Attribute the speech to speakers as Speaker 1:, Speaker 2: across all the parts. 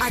Speaker 1: A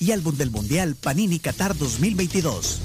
Speaker 2: y Álbum del Mundial Panini Qatar 2022.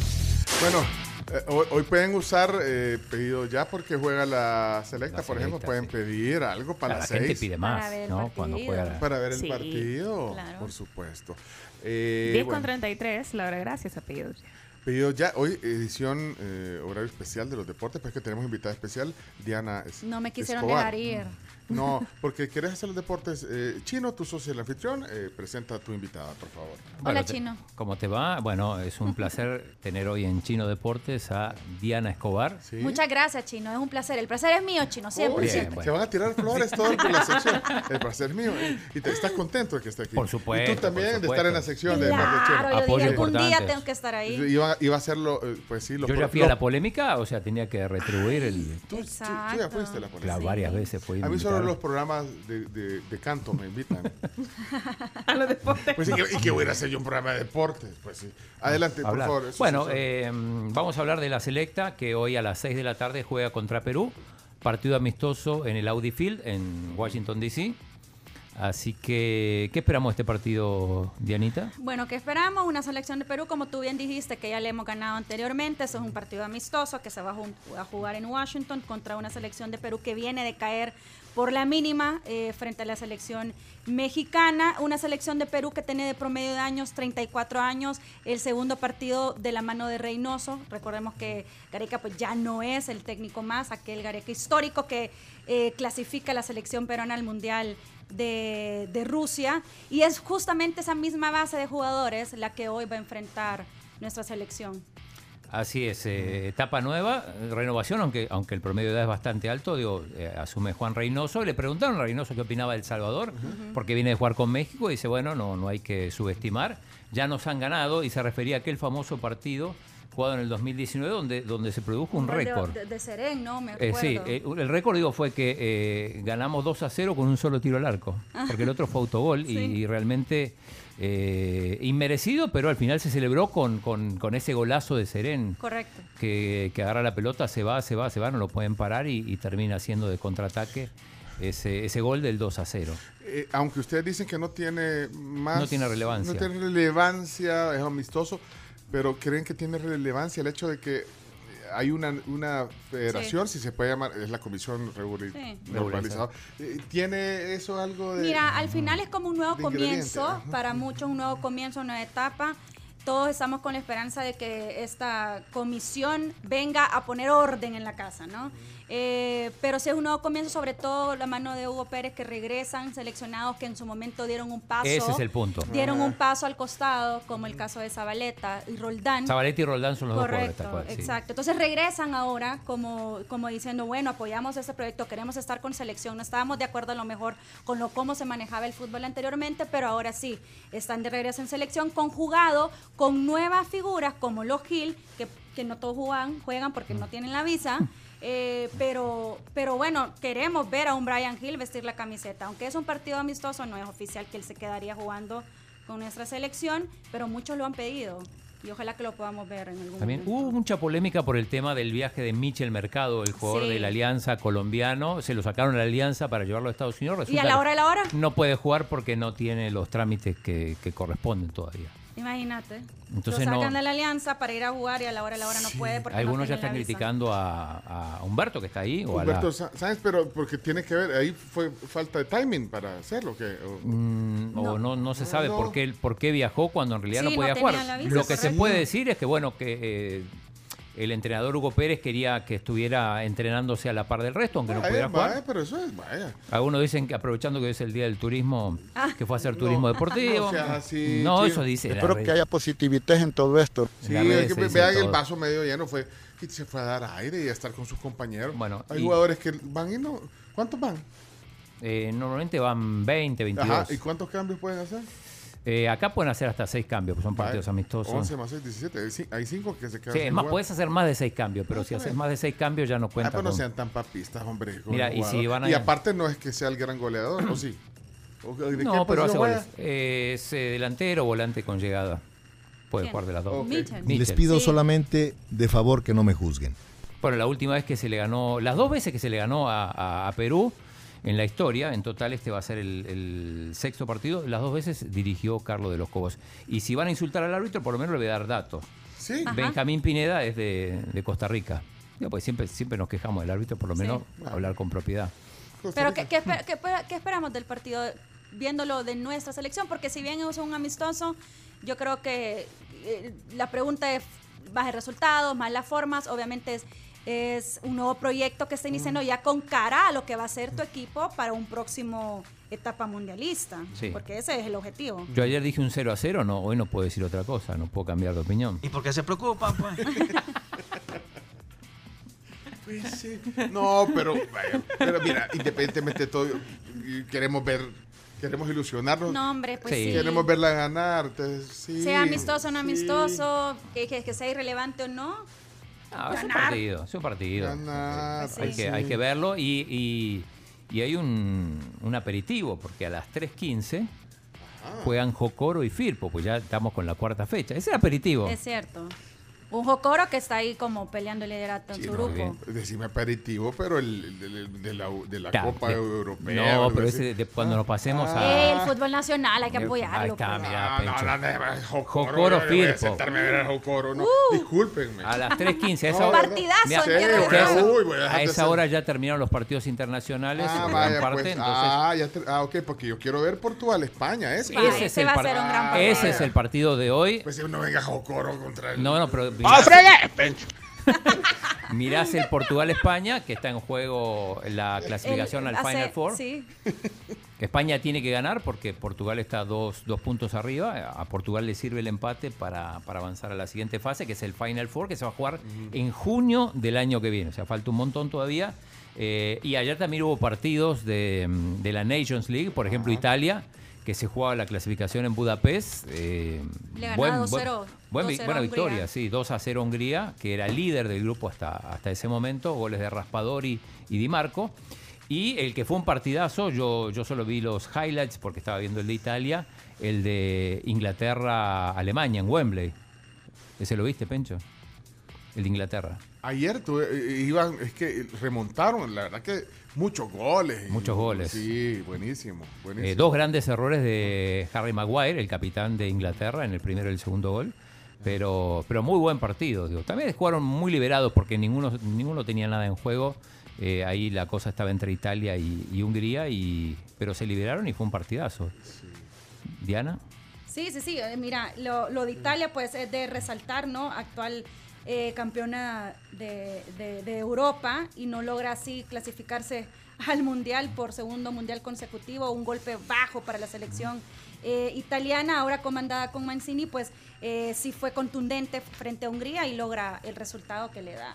Speaker 3: Bueno, eh, hoy, hoy pueden usar eh, pedido ya porque juega la selecta, por ejemplo, pueden pedir algo para
Speaker 4: la
Speaker 3: las
Speaker 4: gente
Speaker 3: seis
Speaker 4: pide
Speaker 5: Para
Speaker 4: más,
Speaker 5: ver el
Speaker 4: ¿no?
Speaker 5: partido.
Speaker 4: Cuando juega. la-
Speaker 3: para ver el
Speaker 5: Sí,
Speaker 3: partido,
Speaker 5: claro.
Speaker 3: por supuesto. Eh,
Speaker 5: 10
Speaker 3: bueno,
Speaker 5: con 33, Laura, gracias a pedidos.
Speaker 3: pedido ya, hoy edición eh, horario especial de los deportes, pues que tenemos invitada especial, Diana Es-
Speaker 6: No me quisieron
Speaker 3: Escobar.
Speaker 6: dejar ir.
Speaker 3: No, porque querés hacer los deportes. eh, Chino, tu socio y el anfitrión, eh, presenta a tu invitada, por favor.
Speaker 6: Hola,
Speaker 4: te-
Speaker 6: Chino.
Speaker 4: ¿Cómo te va? Bueno, es un placer tener hoy en Chino Deportes a Diana Escobar.
Speaker 3: ¿Sí?
Speaker 6: Muchas gracias, Chino. Es un placer. El placer es mío, Chino, siempre.
Speaker 3: Oye,
Speaker 4: Bien,
Speaker 3: te-
Speaker 4: bueno.
Speaker 3: Te van a tirar flores todo por la sección. El placer es mío. eh, Y te estás contento de que esté aquí.
Speaker 4: Por supuesto,
Speaker 3: Y tú también
Speaker 4: por
Speaker 3: de estar en la
Speaker 4: supuesto.
Speaker 3: sección de Deportes Chino.
Speaker 6: Claro, yo
Speaker 4: Apoyo
Speaker 6: dije algún día
Speaker 4: importante.
Speaker 6: tengo que estar ahí.
Speaker 3: Iba, iba a hacerlo, eh, pues sí, lo
Speaker 4: Yo ya
Speaker 3: pro-
Speaker 4: fui a
Speaker 3: lo-
Speaker 4: la polémica, o sea, tenía que retribuir el...
Speaker 3: Tú, tú- tú ya
Speaker 6: Exacto.
Speaker 3: fuiste a la polémica.
Speaker 4: la- varias veces fue
Speaker 3: A mí solo
Speaker 4: invitado.
Speaker 3: los programas de, de- de canto me invitan.
Speaker 5: A los deportes.
Speaker 3: Pues sí, que- y que voy a ir a hacer yo un programa de deportes. Pues sí. Adelante, por
Speaker 4: hablar.
Speaker 3: favor. eso-
Speaker 4: bueno,
Speaker 3: eso-
Speaker 4: eh, vamos a hablar de la selecta que hoy a las 6 de la tarde juega contra Perú. Partido amistoso en el Audi Field en Washington, D.C. Así que, ¿qué esperamos de este partido, Dianita?
Speaker 6: Bueno, ¿qué esperamos? Una selección de Perú, como tú bien dijiste, que ya le hemos ganado anteriormente. Eso es un partido amistoso que se va a jun- a jugar en Washington contra una selección de Perú que viene de caer por la mínima eh, frente a la selección mexicana. Una selección de Perú que tiene de promedio de años 34 años. El segundo partido de la mano de Reynoso. Recordemos que Gareca pues ya no es el técnico más, aquel Gareca histórico que eh, clasifica a la selección peruana al Mundial de, de Rusia y es justamente esa misma base de jugadores la que hoy va a enfrentar nuestra selección.
Speaker 4: Así es, eh, etapa nueva, eh, renovación, aunque, aunque el promedio de edad es bastante alto, digo, eh, asume Juan Reynoso. Y le preguntaron a Reynoso qué opinaba del Salvador, porque viene de jugar con México y dice, bueno, no, no hay que subestimar. Ya nos han ganado y se refería a aquel famoso partido jugado en el 2019 donde, donde se produjo un
Speaker 6: gol de-
Speaker 4: récord.
Speaker 6: De, de Serén, ¿no? Me
Speaker 4: Eh,
Speaker 6: acuerdo.
Speaker 4: sí, eh, el récord digo, fue que eh, ganamos 2 a 0 con un solo tiro al arco,
Speaker 6: Ah.
Speaker 4: porque el otro fue autogol y- y, realmente eh, inmerecido, pero al final se celebró con, con, con ese golazo de Serén
Speaker 6: Correcto.
Speaker 4: que, que agarra la pelota, se va, se va, se va, no lo pueden parar y, y termina haciendo de contraataque ese, ese gol del 2 a 0.
Speaker 3: Eh, aunque ustedes dicen que no tiene más.
Speaker 4: No tiene relevancia.
Speaker 3: No tiene relevancia, es amistoso, pero creen que tiene relevancia el hecho de que hay una, una federación, si se puede llamar, es la comisión reguli-
Speaker 6: Sí.
Speaker 3: normalizada. Eh, ¿Tiene eso algo de.?
Speaker 6: Mira, al final es como un nuevo
Speaker 3: de ingrediente,
Speaker 6: comienzo,
Speaker 3: ajá.
Speaker 6: para muchos un nuevo comienzo, una nueva etapa. Todos estamos con la esperanza de que esta comisión venga a poner orden en la casa, ¿no? Eh, pero sí es un nuevo comienzo, sobre todo la mano de Hugo Pérez, que regresan seleccionados que en su momento dieron un paso.
Speaker 4: Ese es el punto.
Speaker 6: Dieron un paso al costado, como el caso de Zabaleta y Roldán.
Speaker 4: Zabaleta y Roldán son los
Speaker 6: Mm. Correcto,
Speaker 4: dos jugadores, tal cual, sí.
Speaker 6: exacto. Entonces regresan ahora como, como diciendo, bueno, apoyamos este proyecto, queremos estar con selección, no estábamos de acuerdo a lo mejor con lo cómo se manejaba el fútbol anteriormente, pero ahora sí, están de regreso en selección, conjugado con nuevas figuras como los Gil, que, que no todos juegan, juegan porque no tienen la visa. eh, pero, pero bueno, queremos ver a un Brian Hill vestir la camiseta. Aunque es un partido amistoso, no es oficial que él se quedaría jugando con nuestra selección, pero muchos lo han pedido y ojalá que lo podamos ver en algún
Speaker 4: También
Speaker 6: momento.
Speaker 4: hubo mucha polémica por el tema del viaje de Michel Mercado, el jugador
Speaker 6: Sí.
Speaker 4: de la Alianza colombiano. Se lo sacaron a la Alianza para llevarlo a Estados Unidos.
Speaker 6: y a la
Speaker 4: que
Speaker 6: hora de la hora,
Speaker 4: No puede jugar porque no tiene los trámites que, que corresponden todavía.
Speaker 6: imagínate.
Speaker 4: Entonces
Speaker 6: lo sacan
Speaker 4: no-
Speaker 6: de la alianza para ir a jugar y a la hora de la hora no puede porque no
Speaker 4: Algunos ya
Speaker 6: tiene
Speaker 4: están
Speaker 6: la visa.
Speaker 4: criticando a, a Humberto, que está ahí, o a la-
Speaker 3: Humberto Sa- Sáenz, pero porque tiene que ver, ahí fue falta de timing para hacerlo. que o-
Speaker 4: Mm, o no, no se sabe
Speaker 3: No.
Speaker 4: por, qué, por qué viajó cuando en realidad
Speaker 6: Sí,
Speaker 4: no podía
Speaker 6: no tenía la
Speaker 4: jugar.
Speaker 6: visa,
Speaker 4: Lo que se
Speaker 6: correcto.
Speaker 4: puede decir es que, bueno, que eh, el entrenador Hugo Pérez quería que estuviera entrenándose a la par del resto, aunque no
Speaker 3: Vaya,
Speaker 4: pudiera
Speaker 3: vaya,
Speaker 4: jugar.
Speaker 3: pero eso es, vaya.
Speaker 4: Algunos dicen que aprovechando que es el día del turismo,
Speaker 6: Ah.
Speaker 4: que fue a hacer turismo deportivo.
Speaker 3: no seas así,
Speaker 4: No,
Speaker 3: Chino.
Speaker 4: eso dice. la
Speaker 7: Espero
Speaker 4: red.
Speaker 7: que haya positividad en todo esto.
Speaker 4: En
Speaker 3: Sí,
Speaker 4: las redes
Speaker 3: hay que
Speaker 4: se
Speaker 3: ve-
Speaker 4: dice
Speaker 3: vean el
Speaker 4: todo.
Speaker 3: vaso medio lleno, fue que se fue a dar aire y a estar con sus compañeros.
Speaker 4: Bueno,
Speaker 3: hay
Speaker 4: y-
Speaker 3: jugadores que van y no. ¿Cuántos van?
Speaker 4: Eh, normalmente van 20, 22.
Speaker 3: Ajá, ¿y cuántos cambios pueden hacer?
Speaker 4: Eh, acá pueden hacer hasta seis cambios, porque son partidos amistosos.
Speaker 3: 11 más 6, 17. Hay cin- Hay 5 que se quedan.
Speaker 4: Sí, es
Speaker 3: sin
Speaker 4: más,
Speaker 3: jugar.
Speaker 4: puedes hacer más de seis cambios, pero
Speaker 3: No,
Speaker 4: si
Speaker 3: está
Speaker 4: haces
Speaker 3: bien.
Speaker 4: más de seis cambios ya no
Speaker 3: Ah,
Speaker 4: cuenta.
Speaker 3: pero no
Speaker 4: con-
Speaker 3: sean tan papistas, hombre. con
Speaker 4: Mira,
Speaker 3: el
Speaker 4: y si
Speaker 3: jugador.
Speaker 4: van a-
Speaker 3: Y aparte no es que sea el gran goleador, ¿o sí? ¿O de qué
Speaker 4: No, pero
Speaker 3: posición
Speaker 4: hace
Speaker 3: juega?
Speaker 4: goles. Eh, es eh, delantero o volante con llegada. Puede
Speaker 6: ¿Quién?
Speaker 4: jugar de las dos.
Speaker 3: Ok.
Speaker 6: Mitchell.
Speaker 4: Mitchell.
Speaker 8: Les pido
Speaker 6: Sí.
Speaker 8: solamente de favor que no me juzguen.
Speaker 4: Bueno, la última vez que se le ganó, las dos veces que se le ganó a, a- a Perú en la historia, en total este va a ser el, el sexto partido, las dos veces dirigió Carlos de los Cobos. Y si van a insultar al árbitro, por lo menos le voy a dar datos.
Speaker 3: Sí.
Speaker 6: Ajá.
Speaker 4: Benjamín Pineda es de, de Costa Rica. Ya, pues siempre, siempre nos quejamos del árbitro, por lo
Speaker 6: Sí.
Speaker 4: menos hablar con propiedad.
Speaker 3: Costa
Speaker 6: Pero
Speaker 3: Rica.
Speaker 6: ¿qué, qué esper- qué esper- qué esperamos del partido viéndolo de nuestra selección? Porque si bien es un amistoso, yo creo que eh, la pregunta es más de resultados, más las formas, obviamente es, es un nuevo proyecto que está
Speaker 4: Mm.
Speaker 6: iniciando ya con cara a lo que va a ser tu equipo para un próximo etapa mundialista,
Speaker 4: Sí.
Speaker 6: porque ese es el objetivo.
Speaker 4: Yo ayer dije un 0 a 0, no, hoy no puedo decir otra cosa, no puedo cambiar de opinión.
Speaker 9: ¿Y por qué se preocupan, pues?
Speaker 3: Pues sí. No, pero, vaya, pero mira, independientemente de todo, y queremos ver, queremos ilusionarnos.
Speaker 6: No, hombre, pues
Speaker 4: Sí.
Speaker 6: sí.
Speaker 3: Queremos verla ganar. entonces, sí,
Speaker 6: sea amistoso o no
Speaker 3: sí.
Speaker 6: amistoso, que, que- que sea irrelevante o no.
Speaker 4: Ah, es un partido, es un partido.
Speaker 3: Ganar,
Speaker 4: Hay,
Speaker 6: Pues
Speaker 4: que,
Speaker 3: sí.
Speaker 4: hay que verlo y, y- y hay un, un aperitivo, porque a las 3.15 juegan Jocoro y Firpo, pues ya estamos con la cuarta fecha. Es el aperitivo.
Speaker 6: Es cierto. Un Jocoro que está ahí como peleando el liderato en
Speaker 3: Sí,
Speaker 6: su
Speaker 3: no,
Speaker 6: grupo.
Speaker 4: bien.
Speaker 3: Decime aperitivo, pero el, el- el- de la, de la
Speaker 4: Ta-
Speaker 3: Copa
Speaker 4: de-
Speaker 3: Europea.
Speaker 4: No,
Speaker 3: algo
Speaker 4: pero
Speaker 3: así. Ah.
Speaker 4: ese de- de cuando nos pasemos
Speaker 6: Eh,
Speaker 4: a.
Speaker 6: el fútbol nacional hay que
Speaker 4: Ah. Ahí
Speaker 6: apoyarlo.
Speaker 4: está,
Speaker 6: pues.
Speaker 4: mira.
Speaker 3: Ah, no,
Speaker 4: Pecho.
Speaker 3: no, no, no, Jocoro,
Speaker 4: Jocoro
Speaker 3: yo le voy a
Speaker 4: Firpo.
Speaker 3: sentarme a ver al Jocoro, no. Discúlpenme.
Speaker 4: A las 3.15, a esa
Speaker 3: No,
Speaker 4: hora.
Speaker 6: Partidazo,
Speaker 4: Mira,
Speaker 6: ¿en qué
Speaker 4: que a
Speaker 6: horario?
Speaker 4: esa-
Speaker 3: Uy, voy a dejar
Speaker 4: a
Speaker 3: de
Speaker 4: esa
Speaker 3: hacer-
Speaker 4: hora ya terminaron los partidos internacionales.
Speaker 3: Ah,
Speaker 4: en gran
Speaker 3: vaya,
Speaker 4: parte,
Speaker 3: pues,
Speaker 4: entonces-
Speaker 3: ah, ya te- ah, ok, porque yo quiero ver Portugal, España, ese.
Speaker 6: Vaya,
Speaker 4: ese, es
Speaker 6: ese
Speaker 4: el
Speaker 6: va a
Speaker 4: par-
Speaker 6: ser un gran
Speaker 3: partido.
Speaker 4: ese es el partido de hoy.
Speaker 3: Pues si no venga Jocoro contra el.
Speaker 4: No, no, pero
Speaker 9: ¡Ah,
Speaker 4: mirás,
Speaker 9: fregué! Pencho.
Speaker 4: mirás el Portugal-España, que está en juego la clasificación
Speaker 6: El-
Speaker 4: al
Speaker 6: hace-
Speaker 4: Final Four.
Speaker 6: Sí,
Speaker 4: que España tiene que ganar porque Portugal está dos, dos puntos arriba. A Portugal le sirve el empate para, para avanzar a la siguiente fase, que es el Final Four, que se va a jugar en junio del año que viene. O sea, falta un montón todavía. Eh, y ayer también hubo partidos de, mm, de la Nations League, por ejemplo, Italia, que se jugaba la clasificación en Budapest. Eh,
Speaker 6: Le ganaba
Speaker 4: buen-
Speaker 6: 2-0,
Speaker 4: buen- buen vi-
Speaker 6: 2-0
Speaker 4: buena
Speaker 6: a Hungría.
Speaker 4: victoria, sí, 2 a 0 Hungría, que era líder del grupo hasta, hasta ese momento, goles de Raspadori y Di Marco. Y el que fue un partidazo, yo, yo solo vi los highlights porque estaba viendo el de Italia, el de Inglaterra-Alemania en Wembley. ¿Ese lo viste, Pencho? El de Inglaterra.
Speaker 3: Ayer tuve, eh, iban, es que remontaron, la verdad que muchos goles.
Speaker 4: Muchos goles.
Speaker 3: Sí, buenísimo. buenísimo.
Speaker 4: Eh, dos grandes errores de Harry Maguire, el capitán de Inglaterra, en el primero y el segundo gol. Pero, pero muy buen partido. digo. También jugaron muy liberados porque ninguno, ninguno tenía nada en juego. Eh, ahí la cosa estaba entre Italia y, y Hungría, y, pero se liberaron y fue un partidazo. Diana.
Speaker 6: sí, sí. sí. Eh, Mira, lo, lo de Italia, pues es de resaltar, ¿no? Actual eh, campeona de, de- de Europa y no logra así clasificarse al mundial por segundo mundial consecutivo. Un golpe bajo para la selección eh, italiana, ahora comandada con Mancini, pues eh, sí fue contundente frente a Hungría y logra el resultado que le da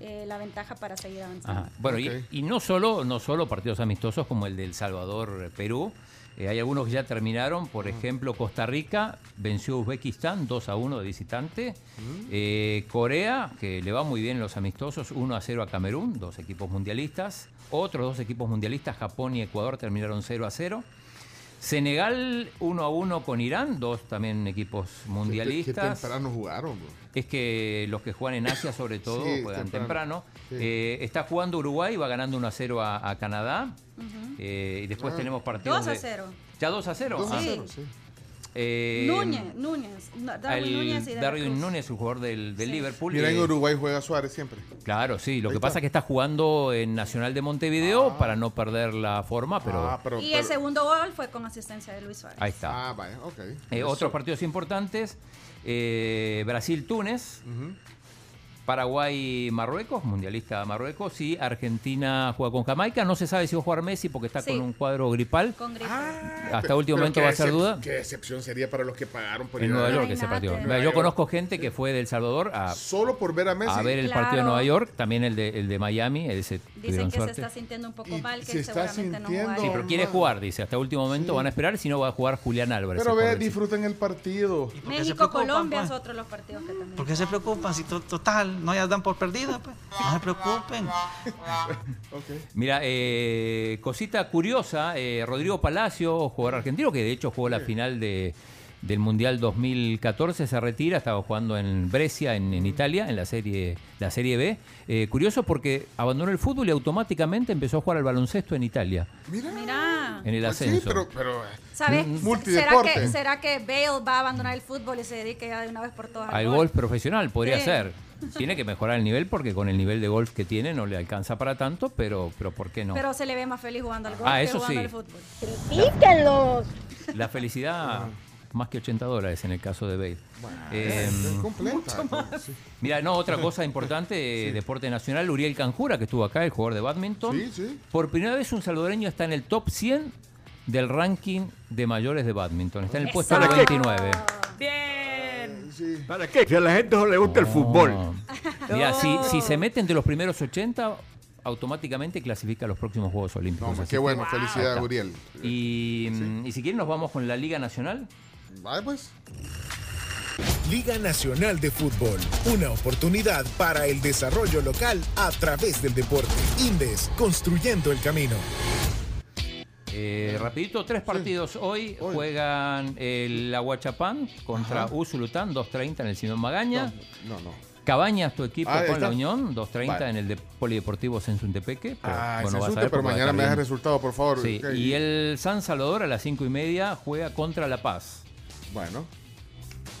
Speaker 6: eh, la ventaja para seguir avanzando.
Speaker 4: Ajá. Bueno, y-
Speaker 3: Ok.
Speaker 4: y, no, solo, no solo partidos amistosos como el del Salvador eh, Perú. Eh, hay algunos que ya terminaron, por ejemplo, Costa Rica venció a Uzbekistán 2 a 1 de visitante. Eh, Corea, que le va muy bien en los amistosos, 1 a 0 a Camerún, dos equipos mundialistas. Otros dos equipos mundialistas, Japón y Ecuador, terminaron 0 a 0. Senegal 1 a 1 con Irán, dos también equipos
Speaker 3: Qué- qué-
Speaker 4: mundialistas.
Speaker 3: Qué temprano jugaron, bro.
Speaker 4: Es que los que juegan en Asia, sobre todo,
Speaker 3: Sí,
Speaker 4: juegan
Speaker 3: temprano.
Speaker 4: temprano.
Speaker 3: Sí.
Speaker 4: Eh, está jugando Uruguay, va ganando 1 a 0 a, a Canadá. Eh, y después
Speaker 3: Ah.
Speaker 4: tenemos partidos.
Speaker 6: 2 a
Speaker 4: de-
Speaker 6: 0.
Speaker 4: ¿Ya 2 a 0?
Speaker 3: Dos a
Speaker 4: Ah.
Speaker 3: cero, sí.
Speaker 4: Eh,
Speaker 6: Núñez, Núñez. no, Darwin
Speaker 4: el
Speaker 6: Núñez y de la
Speaker 4: Darwin
Speaker 6: Cruz.
Speaker 4: Núñez, un jugador del, del
Speaker 6: Sí.
Speaker 4: Liverpool.
Speaker 3: Mira, en
Speaker 4: eh,
Speaker 3: Uruguay juega Suárez siempre.
Speaker 4: Claro, sí. Lo
Speaker 3: Ahí
Speaker 4: que
Speaker 3: está.
Speaker 4: pasa es que está jugando en Nacional de Montevideo para no perder la forma, pero
Speaker 3: ah, pero,
Speaker 6: Y
Speaker 3: pero-
Speaker 6: el segundo gol fue con asistencia de Luis Suárez.
Speaker 4: ahí está.
Speaker 3: Ah, vaya, ok.
Speaker 4: Eh, otros partidos importantes. eh, Brasil-Túnez. Paraguay-Marruecos, mundialista Marruecos, y Argentina juega con Jamaica. No se sabe si va a jugar Messi porque está
Speaker 6: Sí.
Speaker 4: con un cuadro gripal.
Speaker 6: Con gripe.
Speaker 3: Ah,
Speaker 4: Hasta último momento va a ser duda.
Speaker 3: Qué excepción sería para los que pagaron por
Speaker 4: En
Speaker 3: ir a
Speaker 4: Nueva
Speaker 3: ver-
Speaker 4: York ese partido.
Speaker 3: Nueva
Speaker 4: Yo
Speaker 3: York.
Speaker 4: conozco gente que fue de El Salvador a,
Speaker 3: Solo por ver a Messi.
Speaker 4: a ver el
Speaker 6: Claro.
Speaker 4: partido de Nueva York, también el de, el de Miami, eh, ese
Speaker 6: Dicen
Speaker 4: tuvieron
Speaker 6: que
Speaker 4: suerte.
Speaker 6: se está sintiendo un poco
Speaker 3: Y
Speaker 6: mal, que
Speaker 3: se está
Speaker 6: seguramente no
Speaker 3: sintiendo-
Speaker 6: jugará.
Speaker 4: Sí, pero quiere jugar, dice. Hasta último momento van a esperar, si no va a jugar Julián Álvarez.
Speaker 3: Pero
Speaker 4: el
Speaker 3: ve,
Speaker 4: pobrecito.
Speaker 3: disfruten el partido.
Speaker 6: México, Colombia es otro de los partidos que también.
Speaker 9: Porque se preocupan si to- total no ya dan por perdida, pues. No se preocupen.
Speaker 4: Mira, eh, cosita curiosa, eh, Rodrigo Palacio, jugador argentino, que de hecho jugó la final de- del Mundial 2014, se retira, estaba jugando en Brescia, en, en Italia, en la Serie, la serie B. Eh, curioso porque abandonó el fútbol y automáticamente empezó a jugar al baloncesto en Italia,
Speaker 6: Mira.
Speaker 4: en el
Speaker 3: Pues sí,
Speaker 4: ascenso.
Speaker 3: pero, pero, eh,
Speaker 6: ¿Sabes? ¿Será
Speaker 3: Multideporte.
Speaker 6: que, ¿Será que Bale va a abandonar el fútbol y se dedique ya de una vez por todas
Speaker 4: Al golf profesional podría
Speaker 6: Sí.
Speaker 4: ser. Tiene que mejorar el nivel porque con el nivel de golf que tiene no le alcanza para tanto, pero, pero ¿por qué no?
Speaker 6: Pero se le ve más feliz jugando al golf
Speaker 4: Ah,
Speaker 6: que
Speaker 4: eso
Speaker 6: jugando
Speaker 4: sí.
Speaker 6: al fútbol.
Speaker 4: La felicidad, más que 80 dólares en el caso de Bale. Eh,
Speaker 3: es completa. Sí,
Speaker 4: Mira, no, otra cosa importante, eh, deporte nacional, Uriel Canjura, que estuvo acá, el jugador de badminton.
Speaker 3: Sí, sí.
Speaker 4: Por primera vez un salvadoreño está en el top 100 del ranking de mayores de badminton. Está en el puesto
Speaker 6: Eso.
Speaker 4: 29.
Speaker 5: Bien.
Speaker 3: sí.
Speaker 10: ¿Para qué? Si a la gente no le gusta el fútbol.
Speaker 4: Mira, Oh. si,
Speaker 5: No.
Speaker 4: si se mete entre los primeros 80, automáticamente clasifica a los próximos Juegos
Speaker 3: No,
Speaker 4: Olímpicos.
Speaker 3: hombre,
Speaker 4: Así
Speaker 3: qué
Speaker 4: que-
Speaker 3: bueno.
Speaker 4: Ahí
Speaker 3: Felicidades,
Speaker 4: está.
Speaker 3: Uriel.
Speaker 4: Y, mm, y si quieren nos vamos con la Liga Nacional.
Speaker 3: Vale, pues.
Speaker 11: Liga Nacional de Fútbol, una oportunidad para el desarrollo local a través del deporte. Indes, construyendo el camino.
Speaker 4: Eh, rapidito, tres partidos hoy. Juegan el Aguachapán contra
Speaker 3: Ajá.
Speaker 4: Usulután, 2.30 en el Simón Magaña.
Speaker 3: No, no.
Speaker 4: Cabañas, tu equipo
Speaker 3: Ah, ahí
Speaker 4: con la
Speaker 3: está.
Speaker 4: Unión, 2.30
Speaker 3: Vale.
Speaker 4: en el de Polideportivo Sensuntepeque. Pero,
Speaker 3: Ah,
Speaker 4: bueno,
Speaker 3: ese
Speaker 4: vas a
Speaker 3: asunto,
Speaker 4: ver
Speaker 3: pero
Speaker 4: porque va a
Speaker 3: mañana
Speaker 4: estar
Speaker 3: me das el
Speaker 4: bien.
Speaker 3: resultado, por favor.
Speaker 4: Sí,
Speaker 3: Ok.
Speaker 4: Y el San Salvador a las 5 y media juega contra La Paz.
Speaker 3: Bueno.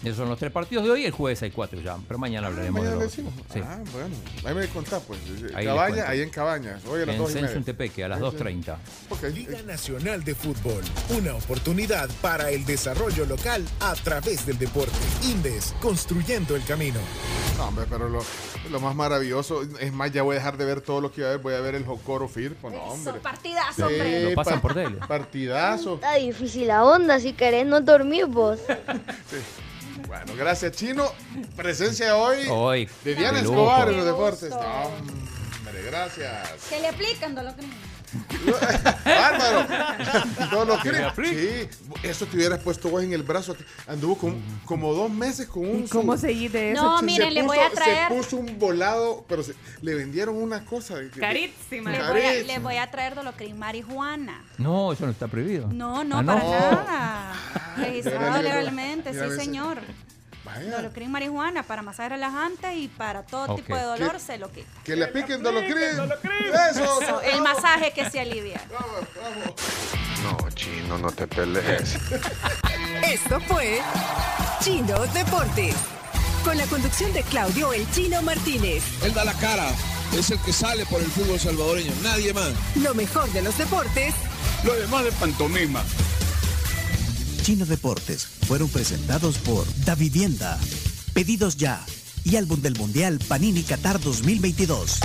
Speaker 4: Esos son los tres partidos de hoy. El jueves hay cuatro ya, pero mañana hablaremos
Speaker 3: Ah, Mañana
Speaker 4: de
Speaker 3: le
Speaker 4: los
Speaker 3: decimos.
Speaker 4: Sí.
Speaker 3: Ah, bueno. Ahí me contás, pues.
Speaker 4: Ahí les
Speaker 3: Cabaña,
Speaker 4: cuento.
Speaker 3: ahí en Cabañas. Hoy a las
Speaker 4: En
Speaker 3: 2 y media.
Speaker 4: Sensuntepeque, a las
Speaker 3: Sí, sí.
Speaker 4: 2.30.
Speaker 11: Liga Nacional de Fútbol, una oportunidad para el desarrollo local a través del deporte. Indes, construyendo el camino.
Speaker 3: No, hombre, pero lo, lo más maravilloso, es más, ya voy a dejar de ver todo lo que iba a ver, voy a ver el Jocoro Firpo, no, hombre.
Speaker 6: Son partidas, hombre.
Speaker 3: Sí,
Speaker 4: Lo pasan
Speaker 3: par-
Speaker 4: por tele.
Speaker 3: Partidazo.
Speaker 12: Está difícil la onda, pues si querés no dormir vos.
Speaker 3: Bueno, gracias, Chino. Presencia hoy,
Speaker 4: Hoy.
Speaker 3: de Diana
Speaker 4: de lujo.
Speaker 3: Escobar en
Speaker 6: Qué
Speaker 3: los deportes.
Speaker 6: gusto.
Speaker 3: No, hombre, gracias.
Speaker 6: Que le aplican, Dolo Cruz.
Speaker 3: Bárbaro. Todo lo que
Speaker 4: Que me aplique.
Speaker 3: Sí, eso te hubieras puesto vos en el brazo. aquí. Anduvo con- como dos meses con un.
Speaker 5: ¿Y cómo
Speaker 3: su-
Speaker 5: seguí de eso?
Speaker 6: No,
Speaker 3: se
Speaker 6: miren, le voy
Speaker 3: puso-
Speaker 6: a traer.
Speaker 3: Se puso un volado, pero se- le vendieron una cosa. de- de-
Speaker 5: Carísima.
Speaker 6: Le voy, a,
Speaker 3: Carísimo.
Speaker 6: le voy a traer Dolocrin marihuana.
Speaker 4: No, eso no está prohibido.
Speaker 6: No, no,
Speaker 4: Ah,
Speaker 6: para
Speaker 4: no.
Speaker 6: nada.
Speaker 3: Ah,
Speaker 6: Registrado
Speaker 3: Mira, mira,
Speaker 6: legalmente,
Speaker 3: mira,
Speaker 6: sí,
Speaker 3: mira,
Speaker 6: señor.
Speaker 3: Vaya.
Speaker 6: Dolocrin marihuana para masajes relajantes y para todo
Speaker 4: Ok.
Speaker 6: tipo de dolor
Speaker 3: ¿Qué?
Speaker 6: se lo quita.
Speaker 3: Que le piquen Dolocrin. Eso.
Speaker 6: Eso, el masaje que se alivia.
Speaker 13: No, chino, no te pelees.
Speaker 1: Esto fue Chino Deportes. Con la conducción de Claudio El Chino Martínez.
Speaker 14: Él da la cara, es el que sale por el fútbol salvadoreño, nadie más.
Speaker 1: Lo mejor de los deportes
Speaker 14: Lo demás de pantomima.
Speaker 2: Chino Deportes fueron presentados por Da Vivienda, Pedidos Ya y Álbum del Mundial Panini Qatar 2022.